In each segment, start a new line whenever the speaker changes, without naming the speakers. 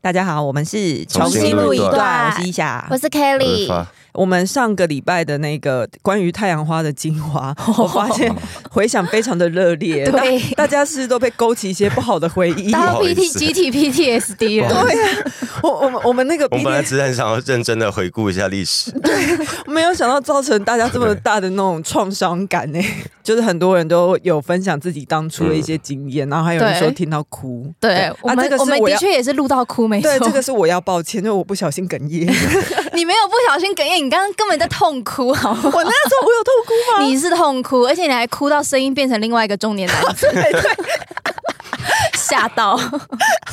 大家好，我们是重
新录一
我
段
是一下，
我是
我是
Kelly，
发
我们上个礼拜的那个关于太阳花的精 华，我发现回想非常的热烈，
对
大大家是不是都被勾起一些不好的回忆。
大家
好意
P
思
T G T P T S D 哦
不好
了，
对呀、我我们我们那个毕
我们本来只
业，
是很想要认真的回顾一下历史，
没有想到造成大家这么大的那种创伤感呢、就是很多人都有分享自己当初的一些经验，然后还有人说
对
听到哭。
嗯对我
啊、这
们
个是
我们
我
的
要
确也是录到哭，没错
对，这个是我要抱歉，因为我不小心哽 咽。
你没有不小心哽咽，你刚刚根本在痛哭，好 吗？
我那时候我有痛哭吗？
你是痛哭，而且你还哭到声音变成另外一个中年男 子，吓到。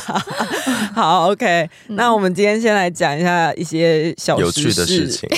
好，OK，、那
嗯
我们今天先来讲一下一些小
有趣的
时
事
事
情。。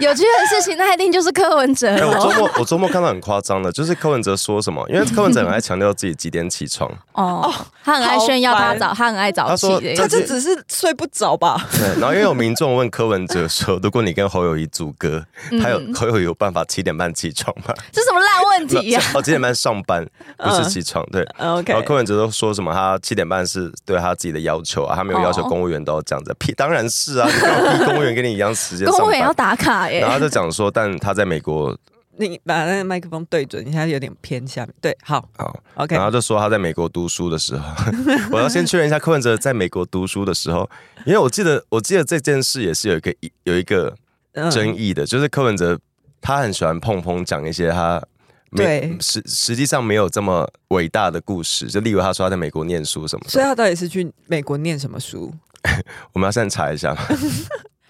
有趣的事情，那一定就是柯文哲
哎，我周
了。
末我周末看到很夸张的，就是柯文哲说什么？因为柯文哲很爱强调自己几点起床，
哦，他很爱炫耀他早，他很爱早起
他说
这
他
个。
就只是睡不着吧？
对。然后因为有民众问柯文哲说，如果你跟侯友谊组歌，他有
嗯
侯友谊有办法七点半起床 吗？
这什么烂问
那
题呀、
哦，七点半上班不是起床，对。
嗯
然后柯
，OK，
文哲都说什么？他七点半是对他自己的要求啊，他没有要求
哦
公务员都要这样子。屁，当然是啊，你干嘛逼公务员跟你一样时间上班。
公务员要打卡耶、
然后他就讲说，但他在美国，
你把那个麦克风对准，你现在有点偏下面。对，好
好，
，OK，
然后就说他在美国读书的时候， 我要先确认一下柯文哲在美国读书的时候，因为我记得我记得这件事也是有一个有一个
嗯
争议的，就是柯文哲他很喜欢碰碰讲一些他。没
对
实实际上没有这么伟大的故事，就例如他说他在美国念书什么
所以
的，
他到底是去美国念什么书，
我们要现在查一 下吗。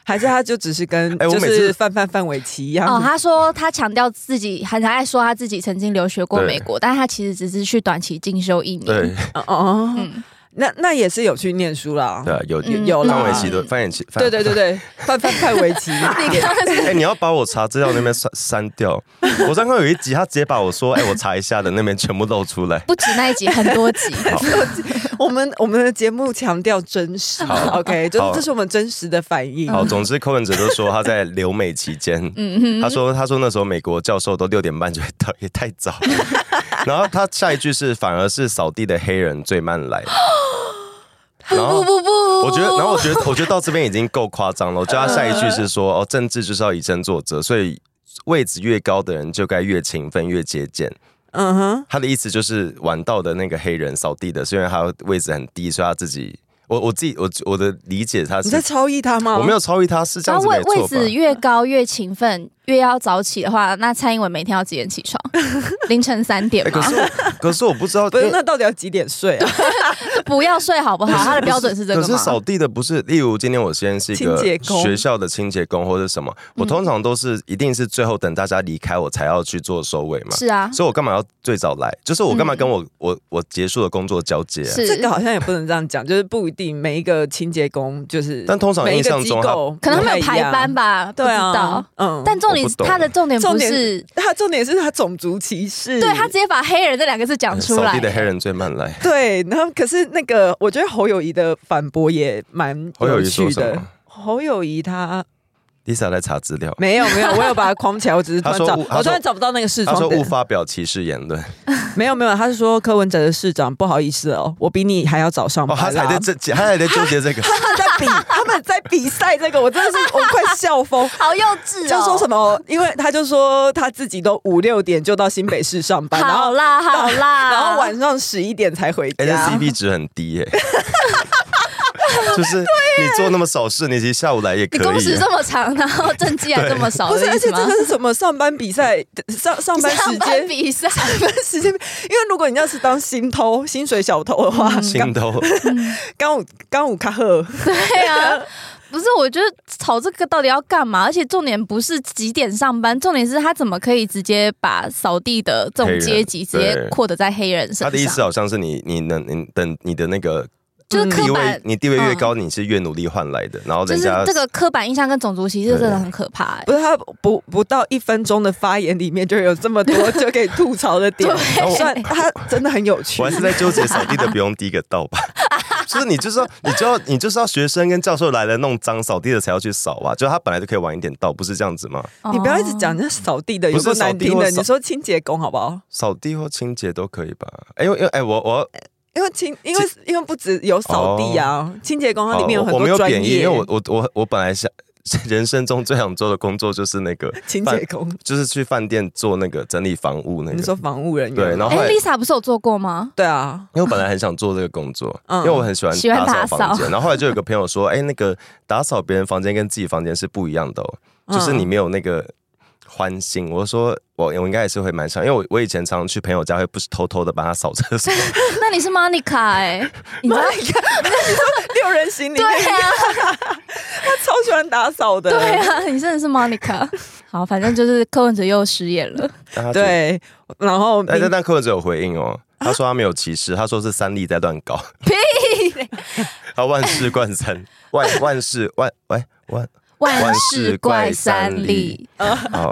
还是他就只是跟
哎我
就
每
是
次
范范范玮琪一样？
哦，他说他强调自己，很爱说他自己曾经留学过美国，但是他其实只是去短期进修一
对
年。
哦哦，
嗯
那那也是有去念书啦。
对啊，有
有有啦
范玮琪的范玮琪，范
对对对对，范范范玮琪，
你刚刚是
哎、你要把我查资料那边删删掉。我刚刚有一集，他直接把我说，哎、我查一下的那边全部露出来。
不止那一集，很多 集。
我们我们的节目强调真实
好
，OK，就是
好
这是我们真实的反应。
好，总之柯文哲就说他在留美 期间，
嗯
他说他说那时候美国教授都六点半就会到，也太早。 然后他下一句是，反而是扫地的黑人最慢来。 然
不
后
不不，
我觉得，然后我 觉得，我觉得到这边已经够夸张了。我觉得他下一句是说，哦，政治就是要以身作则，所以位置越高的人就该越勤奋、越节俭。
嗯哼，
他的意思就是晚到的那个黑人扫地的，是因为他位置很低，所以他自己，我我自己我我的理解他
你
是
在，超译他吗？
我没有超越他，是这
然
样
后
子
位
没错
位置
吧？
越高越勤奋，越要早起的话，那蔡英文每天要几点起床？ 凌晨三点
哎，
吗
可？是我可是我不知道，
不是，
因为
那到底要几点睡啊？
不要睡好不好？他的标准是这个
可是扫
吗？
地的不是，例如今天我先是一
清
个
洁工
学校的清洁工或者什么，我通常都是一定是最后等大家离开我才要去做收尾嘛。
是啊，
所以我干嘛要最早来？就是我干嘛跟我、我我结束的工作交接、啊？
是
这个好像也不能这样讲，就是不一定每一个清洁工就是，
但通常
每一
印
个
象
机
中他
构
可能他没有
不太一
排
样
班，吧？
对
不知道
啊，嗯，
但重点
我不懂
他的重点
重
不
点
是，
他重点是他种族歧视，
对他直接把黑人这两个字讲出
扫
来
哎地。的黑人最慢来。
对，然后可是那个我觉得侯友谊的反驳也蛮
侯友
有
谊说
趣
什
的
么。
侯友谊他
Lisa 来查资料，
没有没有，我有把它框起来，我只是突然
他说
找，
误他
我突然
说
找不到那个视
他
窗
说
点
勿。发表歧视言论。
没有没有，他是说柯文哲的市长不好意思哦，我比你还要早上
哦，
班啦。
他还在这，他还在纠结这个。
他们在比，他们在比赛这个，我真的是我快笑疯。
好幼稚哦！
就说什么，因为他就说他自己都五六点就到新北市上班，然
好
后
啦好啦，
然后晚上十一点才回
哎、这
家。
CP 值很低耶、 就是你做那么少事，你其实下午来也可
你
以、啊
工时这么长，然后政绩哦还这么少，
不是，
的意
而且
思
这
吗
个是什么上班比赛？上上班时
上班
间，
比赛，
上班时间，因为如果你要是当薪偷、薪水小偷的话，
心都
刚刚五刚五卡赫，
对啊，不是，我觉得吵这个到底要干嘛？而且重点不是几点上班，重点是他怎么可以直接把扫地的这
黑
种
人
阶级直接
对
扩得在黑人身上。
他的意思啊好像是你你能你等你的那个
就是
地
刻
位
板，，
嗯
嗯
你地位越高，你是越努力换来的，然后
就
人
是
家
这个刻板印象跟种族歧视真的很可怕、欸
不。是他不不到一分钟的发言里面就有这么多就可以吐槽的点，
对
算他真的很有趣
我还。是在纠结扫地的不用第一个到吧， 就是你就是要你就要你就是要学生跟教授来了弄脏扫地的才要去扫啊，就他本来就可以晚一点到，不是这样子吗？
哦
你不要一直讲人家扫地的有
不
多
是
难听
扫地
的，
我扫
你说清洁工好不好？
扫地或清洁都可以吧？哎、因为因为哎、我我
因为清，因为因为不止有扫地啊，清洁工它里面有
好
很
哦我我没
多
有
专
贬义，
业，
因为我我我我本来想 人生中最想做的工作就是那个
清
饭
洁工，
就是去饭店做那个整理房屋那
你
个，
说防务人员，
对，然后
哎、
后来。
l i s a 不是有做 过吗？
对啊，
因为我本来很想做这个工作，
嗯
因为我很喜欢
喜欢
打
打
扫
扫
房间。然后后来就有个朋友说，哎、那个打扫别人房间跟自己房间是不一样的哦，
嗯
就是你没有那个欢心。我说我我应该也是会蛮想，因为我我以前常常去朋友家会不是偷偷的帮他扫厕所，
那你是 Monica 哎、你知道
六人行里面
对啊，
他超喜欢打扫的，
对啊，你真的是 Monica。好，反正就是柯文哲又失业了。
但他觉得。
对，然后
但但
明
但柯文哲有回应哦，他说他没有歧视，他说是三立在乱 搞，
屁，
他万事贯三，万万事万喂 万
万事怪三立，
哦
好。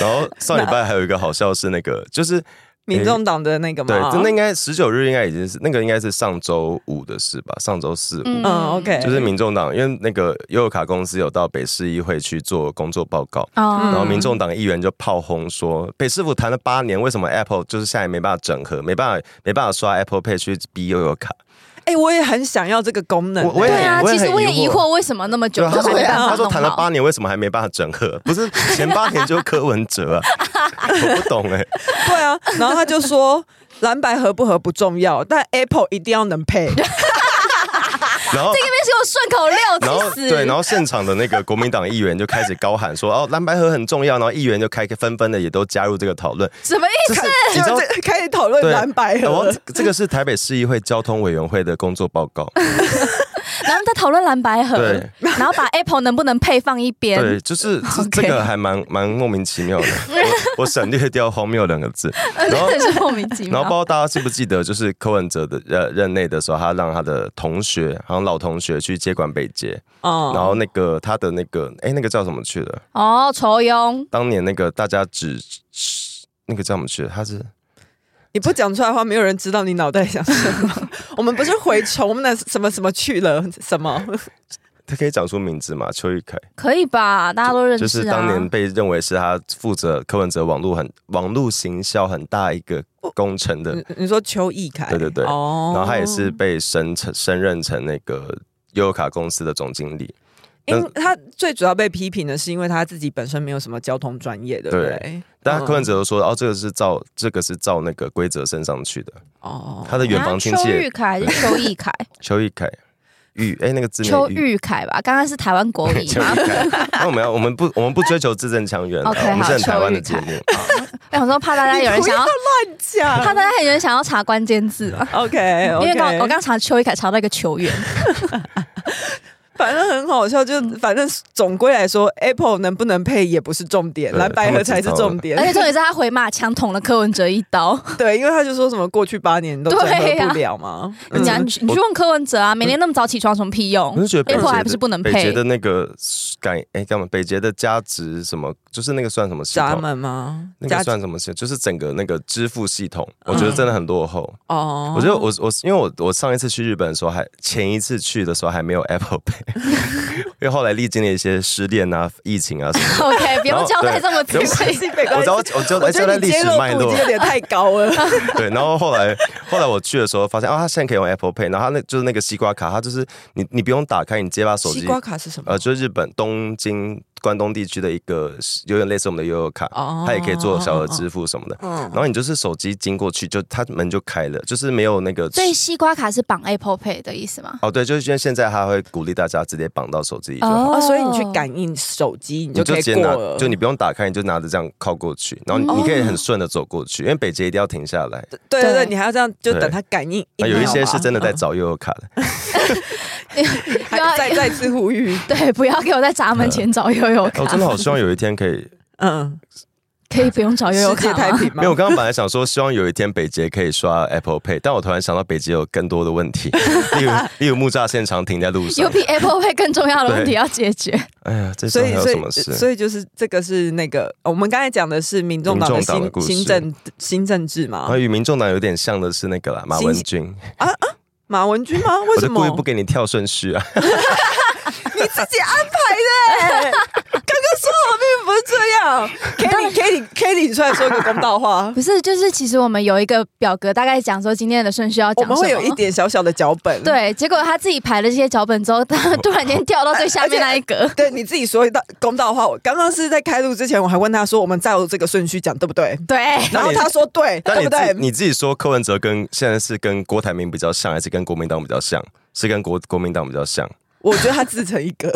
然后上礼拜还有一个好笑是那个，就是
民众党的那个
对，
嘛，哦
真的应该十九日应该已经是那个应该是上周五的事吧，上周四五。
嗯
嗯，OK，
就是民众党，因为那个悠游卡公司有到北市议会去做工作报告，
哦
然后民众党议员就炮轰说，北市府谈了八年，为什么 Apple 就是现在没办法整合，没办法没办法刷 Apple Pay 去逼悠游卡？
哎，我也很想要这个功能，
我我也
对啊，
我
其
也很
实我也
疑
疑
惑
惑为什么那么久
对，
都
他
还
说
没办
他
法
说
弄
谈了
好。
八年，为什么还没办法整合？不是前八年就是柯文哲啊，我不懂哎、
对啊，然后他就说蓝白合不合不重要，但 Apple 一定要能配。
然后
这。个边是我顺口
然
溜，
后
气死！
对，然后现场的那个国民党议员就开始高喊说：“哦，蓝白合很重要。”然后议员就开纷纷的也都加入这个讨论。
什么意
这
思
是？你
就
知道
这开始讨论
对
蓝白
然后
合，
这个是台北市议会交通委员会的工作报告。
然后他讨论蓝白盒
对，
然后把 Apple 能不能配放一边
对，就是这
OK
这个还蛮蛮莫名其妙的。我我省略掉“荒谬”两个 字。然后
真的是莫名其
然后不知
妙。
道大家记不记得，就是柯文哲的任任内的时候，他让他的同学，好像老同学去接管北捷，
嗯
然后那个他的那个，哎，那个叫什么去了？
哦，仇庸，
当年那个大家只那个叫什么去了？他是
你不讲出来的话，没有人知道你脑袋想什 么。我们不是蛔虫，我们那什么什么去了什 么？
他可以讲出名字吗？邱玉凯，
可以吧？大家都认识
就
啊。
是当年被认为是他负责柯文哲网络很网络行销很大一个工程的，
嗯
你你说邱义凯？
对对对
哦
然后他也是，被升成升任成那个悠游卡公司的总经理。但
因他最主要被批评的是因为他自己本身没有什么交通专业，对不对？嗯
但
嗯
柯文
哲
哲都说，哦，这个是照这个是照那个规则升上去的。
哦，
他的远房亲戚
啊邱
也
玉凯还是邱 义凯？
邱玉凯，玉哎、那个字念
邱玉凯吧？刚刚是台湾国
对
语
邱玉
吗？
凯。那我们要我们不我们不追求字正腔圆啊，
OK，
我们是很
好
台湾的
邱
节
玉凯
目。
哎我说怕大家有 人想要，
假
怕大家有人想要查关键字 嘛？
OK，
因为刚我刚查邱一凯查到一个 球员，
反正很好笑，就
嗯
反正总归来说，Apple 能不能配也不是重点，
对
蓝白合才是重
而且
点。
重点是他回骂枪捅了柯文哲一刀。
对，因为他就说什么过去八年都整
对
合
呀
不了嘛。
你讲你去你去问柯文哲啊，每天那么早起床有什么屁用
我
嗯
是觉得北捷
Apple
的
还不是不能
北捷
配
的那个改哎叫什么？北捷的加值什么？就是那个算什么系
闸
统？
门吗？
那
家
个算什么系统？就是整个那个支付系统，我
嗯
觉得真的很落后。
哦，
我觉得我我因为我我上一次去日本的时候还前一次去的时候还没有 Apple Pay，因为后来历经了一些失恋啊、疫情啊什么的。
？OK，
然
不用
后
交代这么仔
对
没关
细。
系，没
我
关
知
系
道，我知道，
我
我
觉
知
得
道
你
历
揭
史
露
脉
古
络
迹。有点太高 了。
对，然后后来后来我去的时候发现啊，他现在可以用 Apple Pay，然后他那就是那个西瓜卡，它就是你你不用打开，你直接把手
西
机
瓜卡是什么
呃，？就是日本东京关东地区的一个有点类似我们的悠游卡
哦，
它也可以做小额支付什么的。然后你就是手机经过去，就它门就开了，就是没有那个
所以西瓜卡是绑 Apple Pay 的意思吗？
哦，对，就是因为现在他会鼓励大家直接绑到手机里就好，
哦，所以你去 感应手机，你
你
就可
直
以
接
过
拿，
了。哦
就你不用打开，你就拿着这样靠过去，然后你你可以很顺的走过去，因为北捷一定要停下来。啊
对对对，
对
你还要这样，就
对
等它感应。
那有一些是真的在
嗯
找悠悠卡的，
还再啊再次呼吁，
对，不要给我在闸门前找悠悠 卡
哦
我，真的好希望有一天可以，
嗯，
可以不用找悠悠
世界
卡
太
吗？
平
没有，我
吗？
刚刚本来想说，希望有一天北捷可以刷 Apple Pay，但我突然想到北捷有更多的 问题，例如例如木栅现场停在路
有
上，
比 Apple Pay 更重要的问题要解决。
哎呀，这时
所
候
以，
还有
所
什么
以，
事？
所以就是这个是那个，我们刚才讲的是民众党的
民众党的
新
故事哎
新政新政治
然
嘛
后？与民众党有点像的是那个啦，马文君，
马文君吗？为
我
什
就
么
故意不给你跳顺序啊，
你自己安排的、欸？刚刚说好并不是这样。Kelly，Kelly，Kelly 出来说一个公道话。
不是，就是其实我们有一个表格，大概讲说今天的顺序要
我
讲什
们
么。
会有一点小小的脚本。
对，结果他自己排了这些脚本之后，他 突然间掉到最下面那一格。
对，你自己说一道公道话。我刚刚是在开录之前，我还问他说，我们照这个顺序讲对不对？
对，
然后他说对，
但
对
你
不
自
对？
你自己说柯文哲跟现在是跟郭台铭比较像，还是跟国民党比较像？是跟国国民党比较像，
我觉得他自成一格。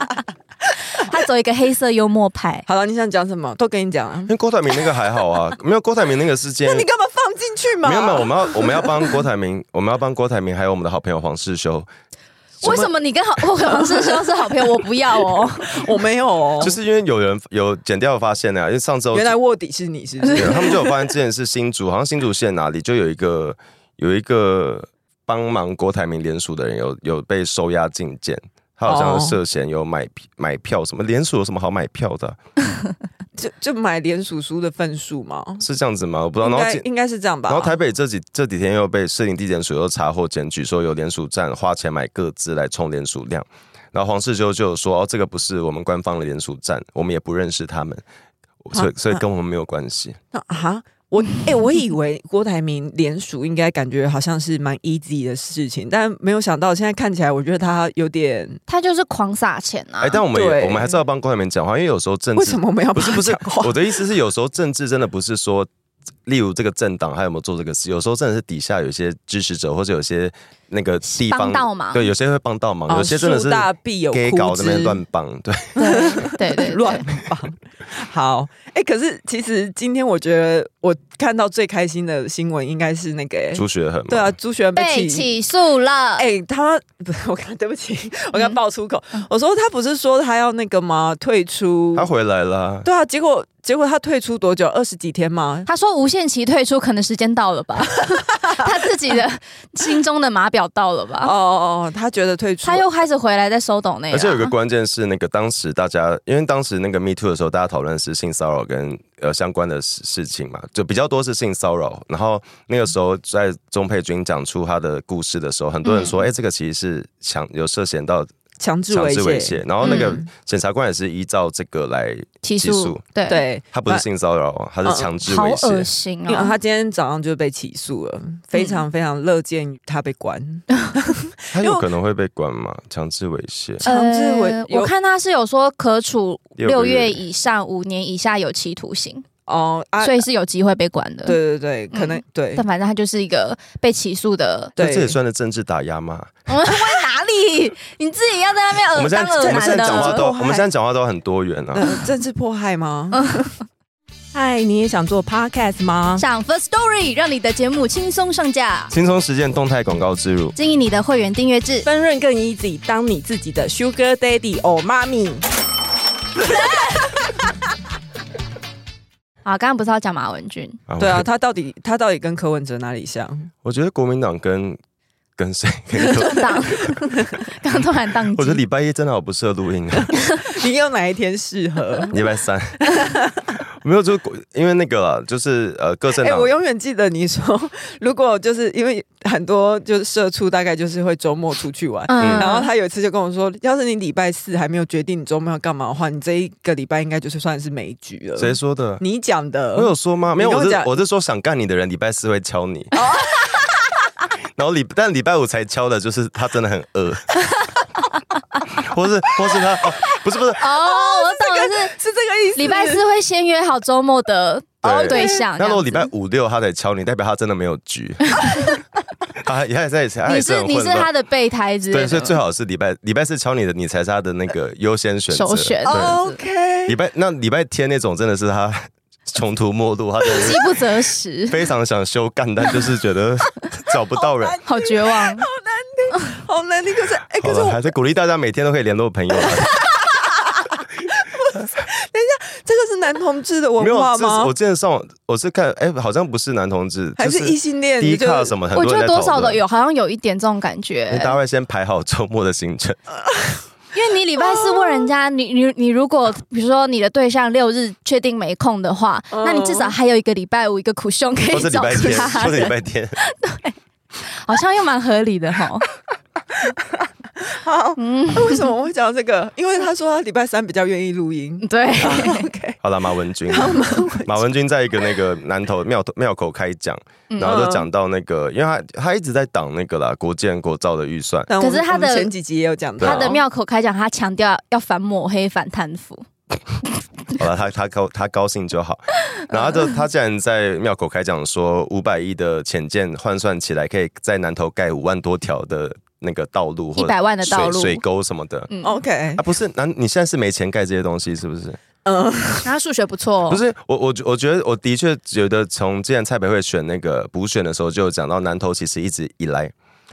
他走一个黑色幽默派。
好了，你想讲什么都跟你讲啊
因。为郭台铭那个还 好啊，没有郭台铭那个事件
那。你干嘛放进去嘛？
没有没有，我们要我们要帮郭台铭， 我们要帮郭台铭，还有我们的好朋友黄世修，
为什么你跟好我同事说是好朋友，我不要哦？
我没有哦。
就是因为有人有剪掉发现啊呢、因为上周
原来卧底是你，是不
对
是？
他们就有发现之前是新竹，好像新竹县哪里就有一个有一个帮忙郭台铭联署的人有有被收押进监。他好像
哦
有涉嫌有买买票什么联署有什么好买票的啊、
就就买连署书的份数嘛？
是这样子吗？我不知道。
应
然后
该
进
应该是这样吧。
然后台北这几这几天又被市林地检署又查获检举，说有联署站花钱买各自来冲联署量。然后黄世修就有说：“哦，这个不是我们官方的联署站，我们也不认识他们，
啊
所以所以跟我们没有关系。
那啊，我哎、我以为郭台铭联署应该感觉好像是蛮 easy 的事情，但没有想到现在看起来，我觉得他有点
他就是狂撒钱啊！
哎，但我们也
对
我们还是要帮郭台铭讲话，因为有时候政
为
治
什么我们要
不是不是
帮他讲，话
我的意思是，有时候政治真的不是说，例如这个政党还有没有做这个事，有时候真的是底下有一些支持者或者有些那个地方
帮倒忙
对，有些会帮倒忙，
哦
有些真的是
树大必有枯
gay 搞在那边
枝
乱帮，对，
对对对，
乱帮。好，哎、可是其实今天我觉得我看到最开心的新闻应该是那个、哎
朱学恒嘛
对啊，，朱学
被起诉了。
哎、他不，我刚对不起，我
嗯
刚爆粗口，我说他不是说他要那个吗？退出
他？回来了，
对啊，结果结果他退出多久？二十几天吗？
他说无限期退出，可能时间到了 吧？他自己的心中的码表到了
哦
吧？
哦哦，他觉得退出，
啊他又开始回来在收抖内了。啊
而且有个关键是，那个当时大家，因为当时那个 Me Too 的时候，大家讨论是性骚扰跟呃相关的事事情嘛，就比较多是性骚扰。然后那个时候在钟佩君讲出他的故事的时候，很多人
嗯
说，哎、这个其实是强有涉嫌到
强制
强
猥
制
亵，
猥亵。然后那个
嗯
检察官也是依照这个来，
起
起诉，
对，
对，
他不是性骚扰哦，他是强制
好
猥
恶
亵。
心
那因为
哦！
他今天早上就被起诉了，非
嗯
常非常乐见他被关。
他有可能会被关吗？强制猥亵，
强制猥
呃
有
我看他是有说可处
六
六
个月
月以上五年以下有期徒刑，
哦啊，
所以是有机会被关的。，
对对对，可能、对
但反正他就是一个被起诉的。
那
对，
这也算是政治打压吗？
我们问哪 里？你自己要在那边
我们
耳
现
呃当
在我
耳
们现在
男
讲话
的。
都，我们现在讲话都很多元啊。
呃政治迫害吗？
嗯
嗨，你也想做 podcast 吗？
上 First Story 让你的节目轻松上架，
轻松实践动态广告植入。
经营你的会员订阅制。
分润更 easy，当你自己的 sugar daddy 或妈咪。
啊，刚刚不是要讲马文 君？
啊
对啊，
我
他到底他到底跟柯文哲哪里像？
我觉得国民党跟 跟谁？跟
民众党 刚突然宕
我觉得
机，
礼拜一真的好不适合录 音啊，
你有哪一天适 合？
礼拜三没有，就是国因为那个啦就是呃各政
哎、
党
我永远记得你说， 如果就是因为很多就是社畜，大概就是会周末出去玩。
嗯
然后他有一次就跟我说，要是你礼拜四还没有决定你周末要干嘛的话，你这一个礼拜应该就是算是没局了。
谁说的？
你讲的
我，有说吗？没有，
你跟我
我是
讲
我是说想干你的人，礼拜四会敲 你。然后礼，但礼拜五才敲的，就是他真的很 饿，或是或是他、哦、不是不是，
哦，我懂了是
是这个意思。
礼拜四会先约好周末的
对
对象。
那如果礼
这样
拜
子
五六他才敲你，代表他真的没有 局，他他也在他也
你
是
是
很
你
混
是
乱
他。的备胎之类
对，所以最
的
好是礼拜礼拜四敲你的，你才是他的那个优先选择。
首选，
对
哦
这样子
OK，
礼拜那礼拜天那种真的是他穷途末路，他真的
饥
是
不择食，
非常想休干，但就是觉得找不到人。
好绝望。
好难听。可是，哦哎、可
好
是
了，
我
还是鼓励大家每天都可以联络朋友啊。
这个是男同志的文
没有，
化
这是
吗
我？之前上网，我是看，哎，好像不是男同志，
还
就是
异性恋
低
你就
卡什么，很
我
多
觉
人
得
在
多
讨
少都
论。
有，好像有一点这种感觉
因为。大家会先排好周末的行程，
因为你礼拜四问人家，你你你如果比如说你的对象六日确定没空的话，
嗯
那你至少还有一个礼拜五一个苦凶可
或
以
是礼
找
拜
其
天，
他
或是礼
人，
拜天，
好像又蛮合理的 哈。
好，那 为什么我会讲到这个？因为他说他礼拜三比较愿意录 音。
对，啊
OK，
好了，马文君， 马文君在一个那个南头庙头庙口开讲，
嗯
然后就讲到那个，因为他他一直在挡那个啦国建国造的预 算，
但我们
可是他的
我们前几集也有讲到
他的
啊
庙口开讲，他强调要反抹黑、反贪 腐。
好了，他他高他高兴就好。然后他
嗯
就他竟然在庙口开讲说，五百亿的浅见换算起来，可以在南头盖五万多条的那个道路，或者
100万的道路
水水沟什么的。
嗯，
OK，
啊，不是，南你现在是没钱盖这些东西，是不是？
嗯，
然后数学不错、哦，
不是，我我觉我觉得我的确觉得，从之前蔡培慧选那个补选的时候，就有讲到南投其实一直以来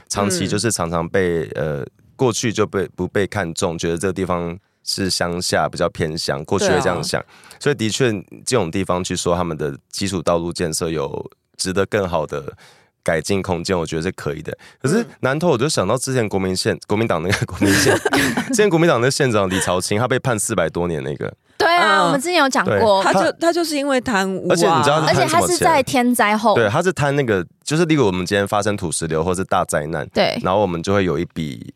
长期
嗯
就是常常被、呃过去就被不被看重，觉得这个地方是乡下比较偏乡，过去会
对啊
这样想，所以的确这种地方去说他们的基础道路建设有值得更好的。改进空间，我觉得是可以的。可
嗯
是南投，我就想到之前国民县、国民党那个国民 县，之前国民党的县长李朝清，他被判四百多年那个，
对啊，
嗯
我们之前有讲
对
过，
他就他就是因为贪污啊，
而且你知道
而且他是在天灾后，
对，啊他是贪那个，就是例如我们今天发生土石流或是大灾难，
对
然后我们就会有一笔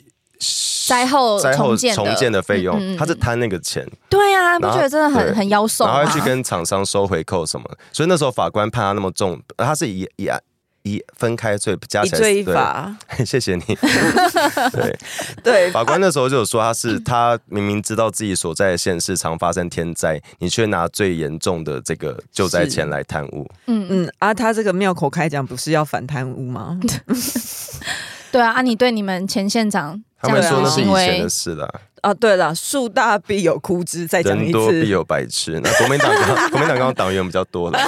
灾后
灾后
重建
重建的费用，
嗯嗯嗯啊
他是贪那个钱，
对啊，不
然后
觉得真的
对
很很妖兽
然后
吗
还？去跟厂商收回扣什么，所以那时候法官判他那么重，呃他是以以案以分开罪加
一
起来
罪一
是，
罚，
对， 谢谢你。对，
对，
法官那时候就有说，他是他明明知道自己所在的县市常发生天灾，你却拿最严重的这个救灾
是
钱来贪污，
嗯，
嗯啊，他这个庙口开讲不是要反贪污吗？
对啊，啊，你对你们前县长这
他们
样
对啊
说那
的
是以
行
前
为
的，事了。
啊，对了，树大必有枯枝，再讲
人
一
多必
次，
有白痴。那国民党 刚国民党刚刚党员比较多了，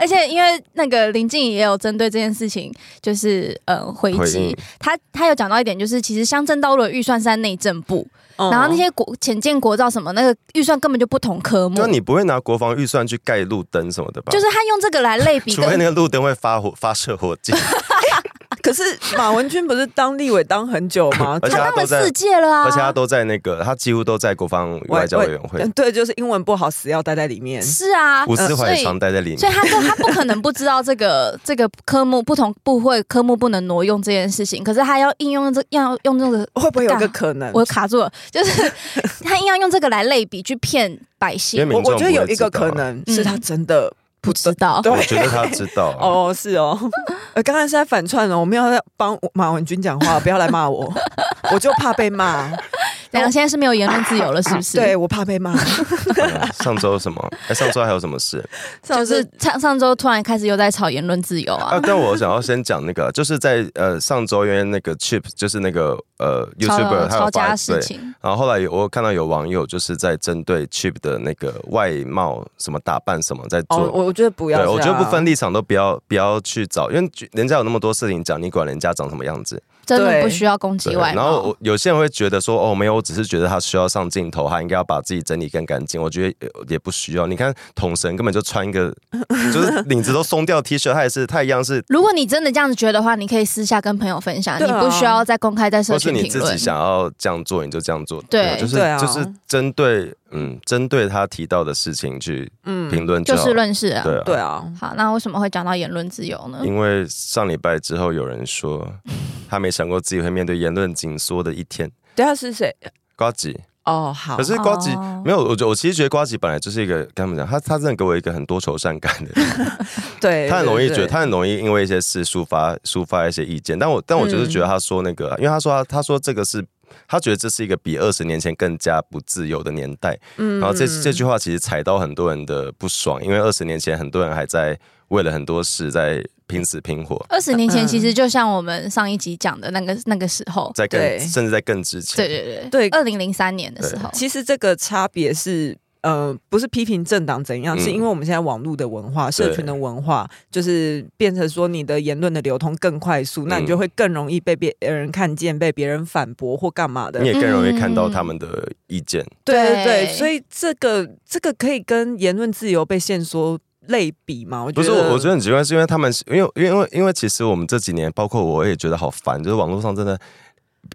而且因为那个林静怡也有针对这件事情，就是呃回
回
击
应，
他他有讲到一点，就是其实乡镇道路的预算是在内政部，
嗯
然后那些国浅建国造什么那个预算根本就不同科目
就，你不会拿国防预算去盖路灯什么的吧？
就是他用这个来类比
除非
跟
那个路灯会发火发射火箭，
可是马文君不是当立委当很久吗？
而且他
他当
都
了
在
四届了 啊，
而且他都在那个，他几乎都在国防与外交委员会
呃
嗯，对，就是英文不好，死要待在里面。
是啊，
吴思
所
怀也
以
常待在里
所以
面。
他就他不可能不知道这个这个科目不同部会科目不能挪用这件事情，可是他要应用这要用这个，
会不会有一个可能？
我卡住了， 就是他硬要用这个来类比去骗百
因
姓
为，
我
民众
我觉得有一个
不
可
会知道啊
能
嗯哦
是他真的
不知道。
对
我觉得啊他知 道，
哦，是哦，呃，刚才是在反串哦，我们要帮马文君讲话，不要来骂我， 我就怕被骂，
然后现在是没有言论自由了，是不是？
对，我怕被骂，
嗯上周什么？哎，上周还有什么 事
就
就是
是
上上周突然开始又在吵言论自由啊
啊？，但我想要先讲那个，就是在呃上周因为那个 Chip 就是那个呃
吵
YouTuber 他
吵
有
架
发
的事
对，
情，
然后后来有我有看到有网友就是在针对 Chip 的那个外貌、什么打扮、什么在做。
哦，我我觉得不要这啊
对，
样，
我觉得不分立场都不要不要去找，因为人家有那么多事情讲，你管人家长什么样子。
真的
对
不需要攻
对
击外
然
哦
后
貌。
我有些人会觉得说，哦，没有，我只是觉得他需要上镜头，他应该要把自己整理更干净。我觉得呃也不需要。你看统神根本就穿一个，就是领子都松掉 T 恤，他也是，他一样是，
如果你真的这样子觉得的话，你可以私下跟朋友分享，
对
你
啊
不需要再公开在社
或是
群
你
评
自
论
己。想要这样做，你就这样做。
对
就是
对啊
就是针对嗯针对他提到的事情去评论
就
好
事论事啊。
对啊，
嗯对啊，
好，那为什么会讲到言论自由呢？
因为上礼拜之后有人说，他没想过自己会面对言论紧缩的一天。
对他是谁？
瓜吉，
哦，好，
可是瓜吉、
哦
没有，我觉我其实觉得瓜吉本来就是一个跟他们讲，他他真的给我一个很多愁善感的人，
对，
他很容易
对
觉得，他很容易因为一些事抒发抒发一些意见，但我但我就是觉得他说那个，
嗯
因为他说他他说这个是。他觉得这是一个比二十年前更加不自由的年代，
嗯
然后这这句话其实踩到很多人的不爽，因为二十年前很多人还在为了很多事在拼死拼活，
二十年前，
嗯
其实就像我们上一集讲的那个那个时候，
在更
对
甚至在更之前，
对对对
对
二零零三年的时候，
其实这个差别是呃，不是批评政党怎样，
嗯
是因为我们现在网络的文化、社群的文化，就是变成说你的言论的流通更快速，
嗯
那你就会更容易被别人看见、被别人反驳或干嘛的
你。也更
嗯
容易看到他们的意见。
对对对，
对
所以这个这个可以跟言论自由被限缩类比吗？我觉
不
得
是，我我觉得很奇怪，是因为他们是，因为因为因为因为其实我们这几年，包括我也觉得好烦，就是网络上真的。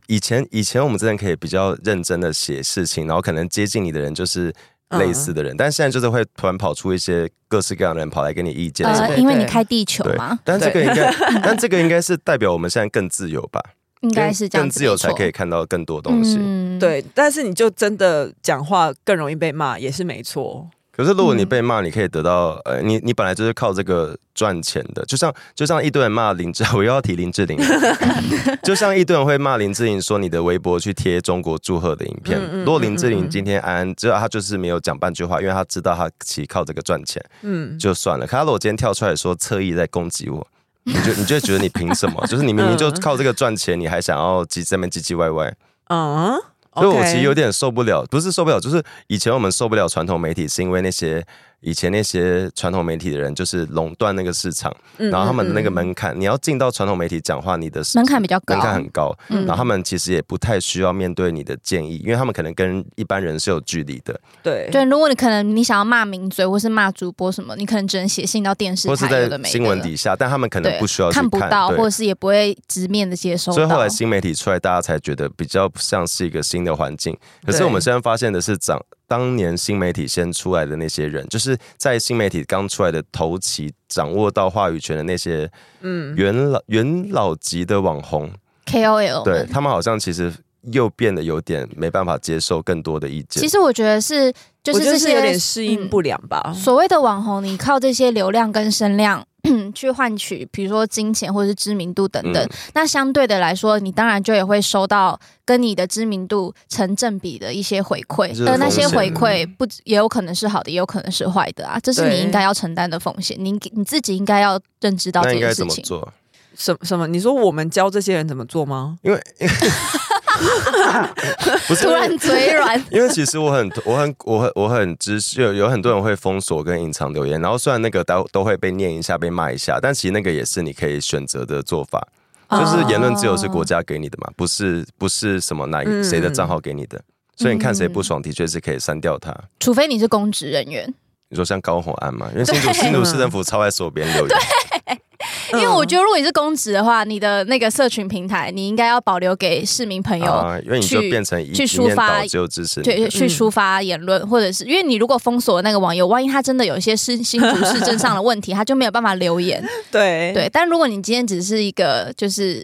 以前以前我们真的可以比较认真的写事情，然后可能接近你的人就是类似
嗯
的人，但现在就是会突然跑出一些各式各样的人跑来给你意见什么的。
呃，因为你开地球
对
嘛，，
但这个应该， 但这个应该是代表我们现在更自由吧？
应
应
该是这样
更
子，
自由才
没错
可以看到更多东西。
嗯，
对，但是你就真的讲话更容易被骂，也是没错。
可是如果你
嗯
被骂，你可以得到、呃，你你本来就是靠这个赚钱的，就像就像一堆人骂林志， 我又要提林志玲了， 就像一堆人会骂林志玲说你的微博去贴中国祝贺的影片。
嗯嗯
如果林
嗯
志
嗯
玲
嗯
今天安安，知道她就是没有讲半句话，因为她知道她其实靠这个赚钱，
嗯，
就算了。可她如果今天跳出来 说侧翼在攻击我。你就你就会觉得你凭什么？就是你明明就靠这个赚钱，你还想要唧在那边唧唧歪歪，
嗯，
所以我其实有
点
点受不了，不是受不了，就是以前我们受不了传统媒体，是因为那些以前那些传统媒体的人就是垄断那个市场，
嗯
然后他们的那个门槛，你要进到传统媒体讲话，你的
门槛比较高
门，槛很高，
嗯
然后他们其实也不太需要面对你的建议，因为他们可能跟一般人是有距离的，
对
对，如果你可能你想要骂名嘴或是骂主播什么，你可能只能写信到电视
或是
台，有
在
的没的
新闻底下，但他们可能
对
不需要去
看不到，
对
或者是也不会直面的接收到。
所以后来新媒体出来，大家才觉得比较像是一个新的环境。可是
对
我们现在发现的是，长当年新媒体先出来的那些人，就是在新媒体刚出来的头期，掌握到话语权的那些
嗯
元老元老级的网红，
KOL
对
们
他们好像其实又变得有点没办法接受更多的意见。
其实我觉得是，就
我
是
觉
这
得
些嗯
是有点适应不良
哦
吧。
所谓的网红，你靠这些流量跟声量 去换取，比如说金钱或者是知名度等等。
嗯
那相对的来说，你当然就也会收到跟你的知名度成正比的一些回馈
这，是
而那些
风险
回馈不止也有可能是好的，也有可能是坏的啊，这是你
对
应该要承担的风险，你你自己应该要认知到
那
这
应
件
该怎
事
么
情。
做？
什什么？你说我们教这些人怎么做吗？
因为 不是
突然 嘴软，
因为其实我很我很我很我很支持，有有很多人会封锁跟隐藏留言，然后虽然那个都都会被念一下、被骂一下，但其实那个也是你可以选择的做法。
哦
就是言论自由是国家给你的嘛，不是不是什么哪一
嗯
谁的账号给你的，所以你看谁不
嗯
爽，的确是可以删掉他。
除非你是公职人员，
你说像高虹安嘛，因为新竹
对嗯
新竹市政府超爱锁别人留言，嗯
因为我觉
得
得如果你是公职的话，你的那个社群平台，你应该要保留给市民朋友。
啊，因为你就
去
变成一
去
一
抒
面
发
倒，只有支持你
对，
的。
去
嗯
抒发言论，或者是因为你如果封锁那个网友，万一他真的有一些新新竹市政上的问题，他就没有办法留言。
哎
对
对，但如果你今天只是一个就是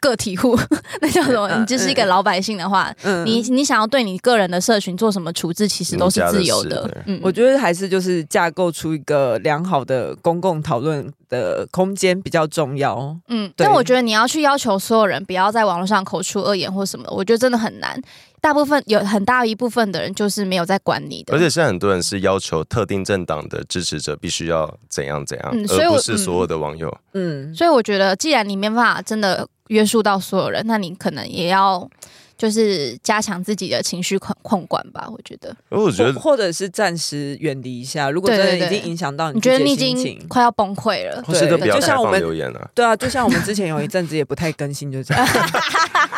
个体户， 那叫什么？
嗯
你就是一个老百姓的话，
嗯
你你想要对你个人的社群做什么处置，其实都是自由
你家的
的
事。
嗯，
我觉得还是就是架构出一个良好的公共讨论的空间比较重要。哦
嗯，
对
但我觉得你要去要求所有人不要在网络上口出恶言或什么的，我觉得真的很难。大部分有很大一部分的人就是没有在管你的，
而且现在很多人是要求特定政党的支持者必须要怎样怎样，
嗯所以
而
我
不是所有的网友。
嗯，
所以我觉得，既然你没办法真的约束到所有人，那你可能也要就是加强自己的情绪控控管吧。我觉得，
而我觉
或
得
或者是暂时远离一下，如果真
对
的
对
已
对
经影响到
你
你
觉
自
得
己
你已
的啊心
经
情。
快要崩溃了，
或哦是都
对
比较
就
开
像我
放
们
留言啊。
对啊，就像我们之前有一阵子也不太更新，就 这样，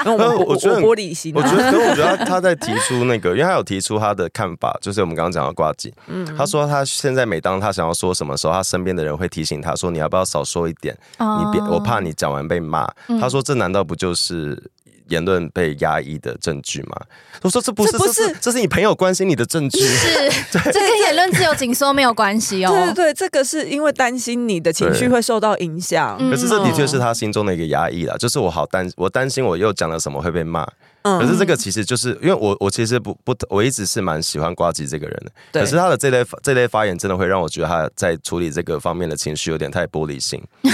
因为我们
呃
玻
我觉得很
玻璃心啊，
我觉得，可是我觉得他他在提出那个，因为他有提出他的看法，就是我们刚刚讲到挂机，
嗯
他说他现在每当他想要说什么时候，他身边的人会提醒他说你要不要少说一点，
啊
你别我
哦
怕你讲完被骂。
嗯
他说这难道不就是？言论被压抑的证据吗？我说这不是，
这不是
这是你朋友关心你的证据。
是这跟言论自由紧缩没有关系哦。
对对对，这个是因为担心你的情绪
对
会受到影响。
嗯
可是这的
哦
确是他心中的一个压抑啦，就是我好担，我担心我又讲了什么会被骂。
嗯
可是这个其实就是因为我我其实不不，我一直是蛮喜欢瓜吉这个人的，
对
可是他的这类这类发言真的会让我觉得他在处理这个方面的情绪有点太玻 璃心，因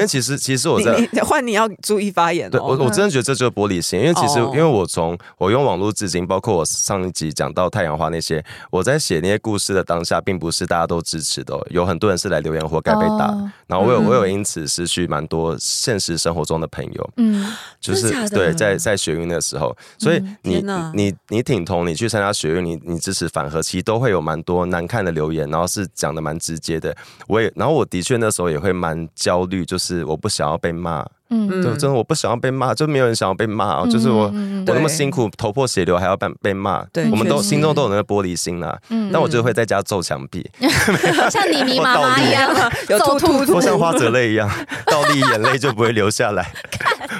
为其实其实我在
你你换你要注意发言
对我
哦。
我真的觉得这就是玻璃心，因为其实、
哦
因为我从我用网络至今，包括我上一集讲到太阳花那些，我在写那些故事的当下，并不是大家都支持的哦、有很多人是来留言活该被打，
哦
然后我有、
嗯
我有因此失去蛮多现实生活中的朋友，
嗯，
就是
真的假的嗯
对在在学运的时候，有，所以你、
天哪
你你你挺同，你去参加学运，你你支持反核，其实都会有蛮多难看的留言，然后是讲的蛮直接的。我也，然后我的确那时候也会蛮焦虑，就是我不想要被骂，
嗯，
对，真的我不想要被骂，就没有人想要被骂哦，就是我。
嗯嗯
我
对
那么辛苦，头破血流还要被被骂，
对
我们都
确实
心中都有那个玻璃心啦。
嗯
但我就会在家揍墙 壁，
嗯 像你迷妈
我道
妈
理
一样
有
揍
兔
兔
兔
我像花泽类一样，倒立眼泪就不会流 下来。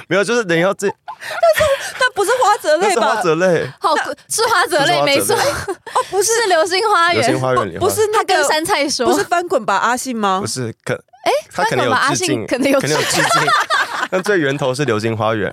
没有，就是人要自，
但不是花泽
那
类
是
吧
花？泽类，
好，是花泽类没错，
不是
哦，不是是流星花
流星
园，
花园里
不是那
他跟
个，
山菜说
不是翻滚吧阿信吗
不？是可哎，他可能有
翻滚吧阿
致
信
敬，
可能有
致敬。 那最源头是流星花园。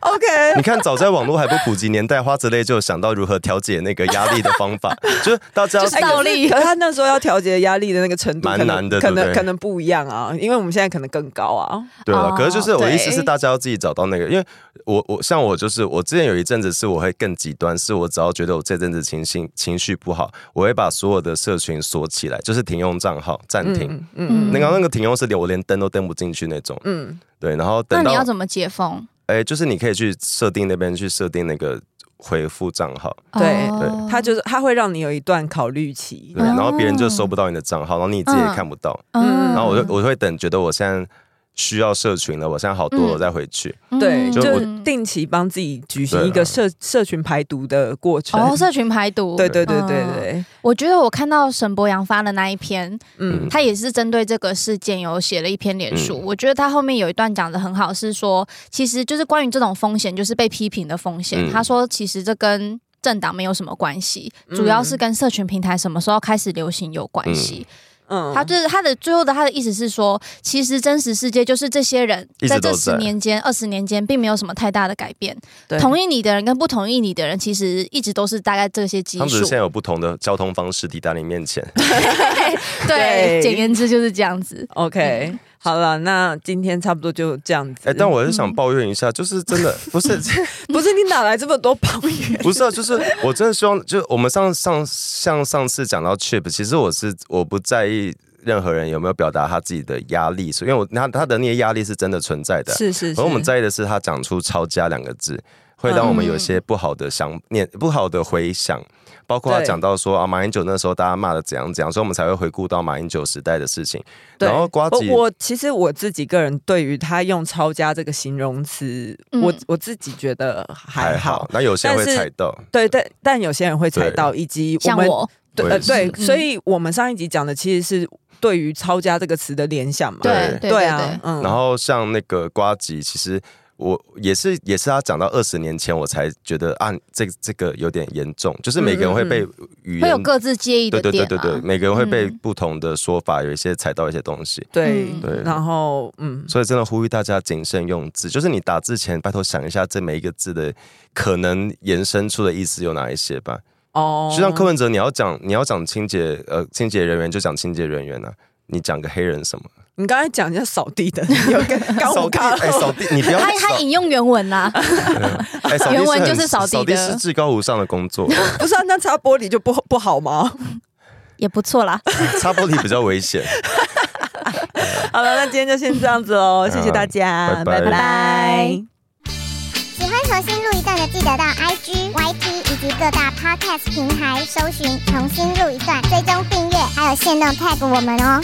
OK，
你看，早在网络还不普及年代，花泽类就有想到如何调节那个压力的方法，就是大家
就是倒立
哎可是他那时候要调节压力的那个程度，
蛮
可能
难的
可
对不
能
对
可能不一样啊，因为我们现在可能更高啊。
对了
哦。
可是就是我的意思是，
对
大家要自己找到那个，因为我我像我就是我之前有一阵子是我会更极端，是我只要觉得我这阵子情绪情绪不好，我会把所有的社群锁起来，就是停用账号暂停。
嗯嗯
那个那个停用是连我连登都登不进去那种，
嗯
对，然后
那
等
你要
到
怎么解封？
哎，就是你可以去设定那边去设定那个回复账号，
对
哦
对
嗯，他就是他会让你有一段考虑期
对，。然后别人就
哦
收不到你的账号，然后你自己也
嗯
看不到，
嗯
然后我就我会等，觉得我现在需要社群了，我现在好多了，
嗯
我再回去。
对，
嗯
就
就
我
定期帮自己举行一
对啊
个社社群排毒的过程。
哦，社群排毒。
对对对对
嗯
对，
我觉得我看到沈博洋发的那一篇，
嗯
嗯
他也是针对这个事件有写了一篇脸书。
嗯
我觉得他后面有一段讲的很好，是说其实就是关于这种风险，就是被批评的风险。
嗯
他说其实这跟政党没有什么关系，
嗯
主要是跟社群平台什么时候开始流行有关系。
嗯，
他就是他的最后的他的意思是说，其实真实世界就是这些人
一直
在
都
这十
在
年间、二十年间并没有什么太大的改变。
对
同意你的人跟不同意你的人，其实一直都是大概这些基
他们只是
数
现。在有不同的交通方式抵达你面前。
对，
对
简言之就是这样子。
OK，好了，那今天差不多就这样子。
哎，但我是想抱怨一下，就是真的不是
不是你哪来这么多抱怨？
不是啊，就是我真的希望，就是我们上上像上次讲到 Chip，其实我是我不在意任何人有没有表达他自己的压力，所以因为我他他的那些压力是真的存在的。
是是
而我们在意的是他讲出“抄家”两个字，会让我们有一些不好的想念、不好的回想。包括他
对
讲到说啊，马英九那时候大家骂的怎样怎样，所以我们才会回顾到马英九时代的事情。
对
然后瓜
我
吉，
我其实我自己个人对于他用“抄家”这个形容词，
嗯
我我自己觉得还好。
那有些人会
但是
踩到，
对，但但有些人会踩到，以及我
像
们
我，
对
我
呃
也是
对，
嗯
所以我们上一集讲的其实是对于“抄家”这个词的联想嘛。
对对
对
对
啊
啊，，
嗯，
然后像那个瓜吉，其实我也是也是他讲到二十年前，我才觉得啊，这这个有点严重，就是每个人会
嗯
被语言。
会有各自介意的
对对
点
对
啊。
对对，每个人会被
嗯
不同的说法，有一些踩到一些东西。
对
嗯
对
然后嗯，
所以真的呼吁大家谨慎用字，就是你打字前，拜托想一下这每一个字的可能延伸出的意思有哪一些吧。
哦，
就像柯文哲，你要讲你要讲清洁呃清洁人员就讲清洁人员啊，你讲个黑人什么？
你刚才讲一下扫地的，有 个刚
扫
我
地
看
哎扫地，你不要
他他
扫
引用原文啊啦，
哎扫地
原文
很
就是扫地
扫地
的
是至高无上的工 作，
不是啊，那擦玻璃就不不好吗？
也不错啦。
擦玻璃比较危险。
好了，那今天就先这样子喽，谢谢大家，
嗯拜拜
拜拜
喜欢重新录一段的，记得到 IG、YT 以及各大 Podcast 平台搜寻“重新录一段”，追踪订阅，还有限定 tag 我们哦。